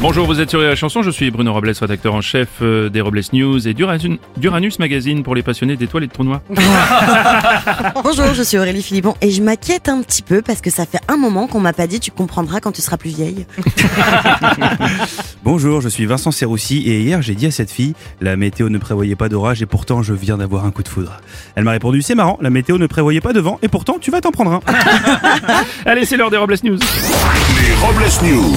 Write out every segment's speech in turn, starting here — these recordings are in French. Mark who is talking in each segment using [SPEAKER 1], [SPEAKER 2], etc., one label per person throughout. [SPEAKER 1] Bonjour, vous êtes sur la chanson, je suis Bruno Robles, rédacteur en chef euh, des Robles News et d'Uranus d'Uranus Magazine pour les passionnés d'étoiles et de trous noirs.
[SPEAKER 2] Bonjour, je suis Aurélie Philippon et je m'inquiète un petit peu parce que ça fait un moment qu'on m'a pas dit tu comprendras quand tu seras plus vieille.
[SPEAKER 3] Bonjour, je suis Vincent Serroussi et hier j'ai dit à cette fille la météo ne prévoyait pas d'orage et pourtant je viens d'avoir un coup de foudre. Elle m'a répondu c'est marrant, la météo ne prévoyait pas de vent et pourtant tu vas t'en prendre un.
[SPEAKER 1] Allez, c'est l'heure des Robles News.
[SPEAKER 4] Les Robles News.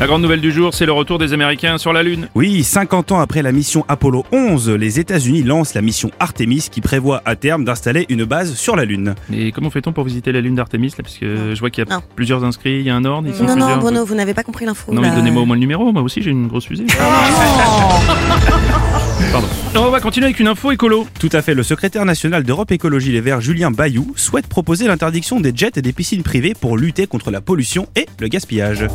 [SPEAKER 1] La grande nouvelle du jour, c'est le retour des Américains sur la Lune.
[SPEAKER 3] Oui, 50 ans après la mission Apollo 11, les États-Unis lancent la mission Artemis qui prévoit à terme d'installer une base sur la Lune.
[SPEAKER 1] Et comment fait-on pour visiter la Lune d'Artemis là Parce que je vois qu'il y a
[SPEAKER 2] Non.
[SPEAKER 1] plusieurs inscrits, il y a un ordre, ils sont
[SPEAKER 2] Non, non,
[SPEAKER 1] plusieurs.
[SPEAKER 2] Bruno, Bah. vous n'avez pas compris l'info.
[SPEAKER 1] Non, mais
[SPEAKER 2] là.
[SPEAKER 1] donnez-moi au moins le numéro, moi aussi j'ai une grosse fusée. Pardon. On va continuer avec une info écolo.
[SPEAKER 3] Tout à fait, le secrétaire national d'Europe Écologie Les Verts, Julien Bayou, souhaite proposer l'interdiction des jets et des piscines privées pour lutter contre la pollution et le gaspillage.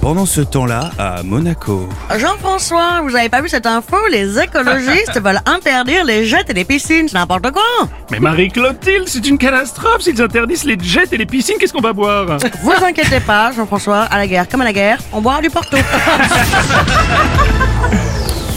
[SPEAKER 3] Pendant ce temps-là, à Monaco.
[SPEAKER 5] Jean-François, vous avez pas vu cette info Les écologistes veulent interdire les jets et les piscines, c'est n'importe quoi
[SPEAKER 1] Mais Marie-Clotilde, c'est une catastrophe s'ils interdisent les jets et les piscines, qu'est-ce qu'on va boire
[SPEAKER 5] Vous inquiétez pas, Jean-François, à la guerre comme à la guerre, on boira du Porto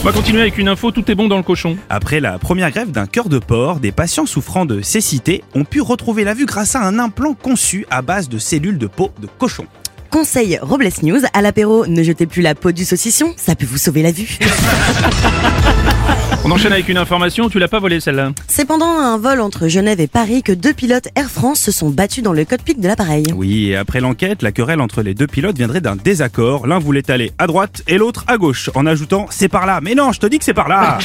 [SPEAKER 1] On va continuer avec une info, tout est bon dans le cochon.
[SPEAKER 3] Après la première grève d'un cœur de porc, des patients souffrant de cécité ont pu retrouver la vue grâce à un implant conçu à base de cellules de peau de cochon.
[SPEAKER 2] Conseil Robles News, à l'apéro, ne jetez plus la peau du saucisson, ça peut vous sauver la vue.
[SPEAKER 1] On enchaîne avec une information, tu l'as pas volée celle-là.
[SPEAKER 2] C'est pendant un vol entre Genève et Paris que deux pilotes Air France se sont battus dans le cockpit de l'appareil.
[SPEAKER 3] Oui, et après l'enquête, la querelle entre les deux pilotes viendrait d'un désaccord. L'un voulait aller à droite et l'autre à gauche, en ajoutant c'est par là. Mais non, je te dis que c'est par là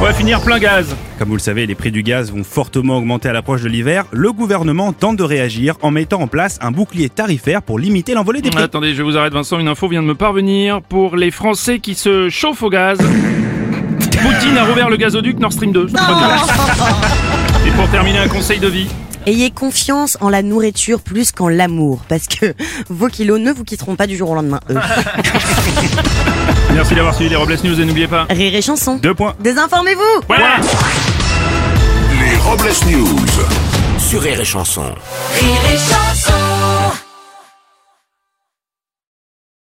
[SPEAKER 1] On va finir plein gaz.
[SPEAKER 3] Comme vous le savez, les prix du gaz vont fortement augmenter à l'approche de l'hiver. Le gouvernement tente de réagir en mettant en place un bouclier tarifaire pour limiter l'envolée des prix.
[SPEAKER 1] Euh, Attendez, je vous arrête Vincent, une info vient de me parvenir pour les Français qui se chauffent au gaz. Poutine a rouvert le gazoduc Nord Stream 2. c'est pas bien. Et pour terminer, un conseil de vie.
[SPEAKER 2] Ayez confiance en la nourriture plus qu'en l'amour, parce que vos kilos ne vous quitteront pas du jour au lendemain, eux.
[SPEAKER 1] Merci d'avoir suivi les Robles News et n'oubliez pas.
[SPEAKER 2] Rire et chanson.
[SPEAKER 3] Deux points.
[SPEAKER 2] Désinformez-vous
[SPEAKER 1] Voilà.
[SPEAKER 4] Les Robles News.
[SPEAKER 6] Sur Rire et Chanson.
[SPEAKER 7] Rire et chanson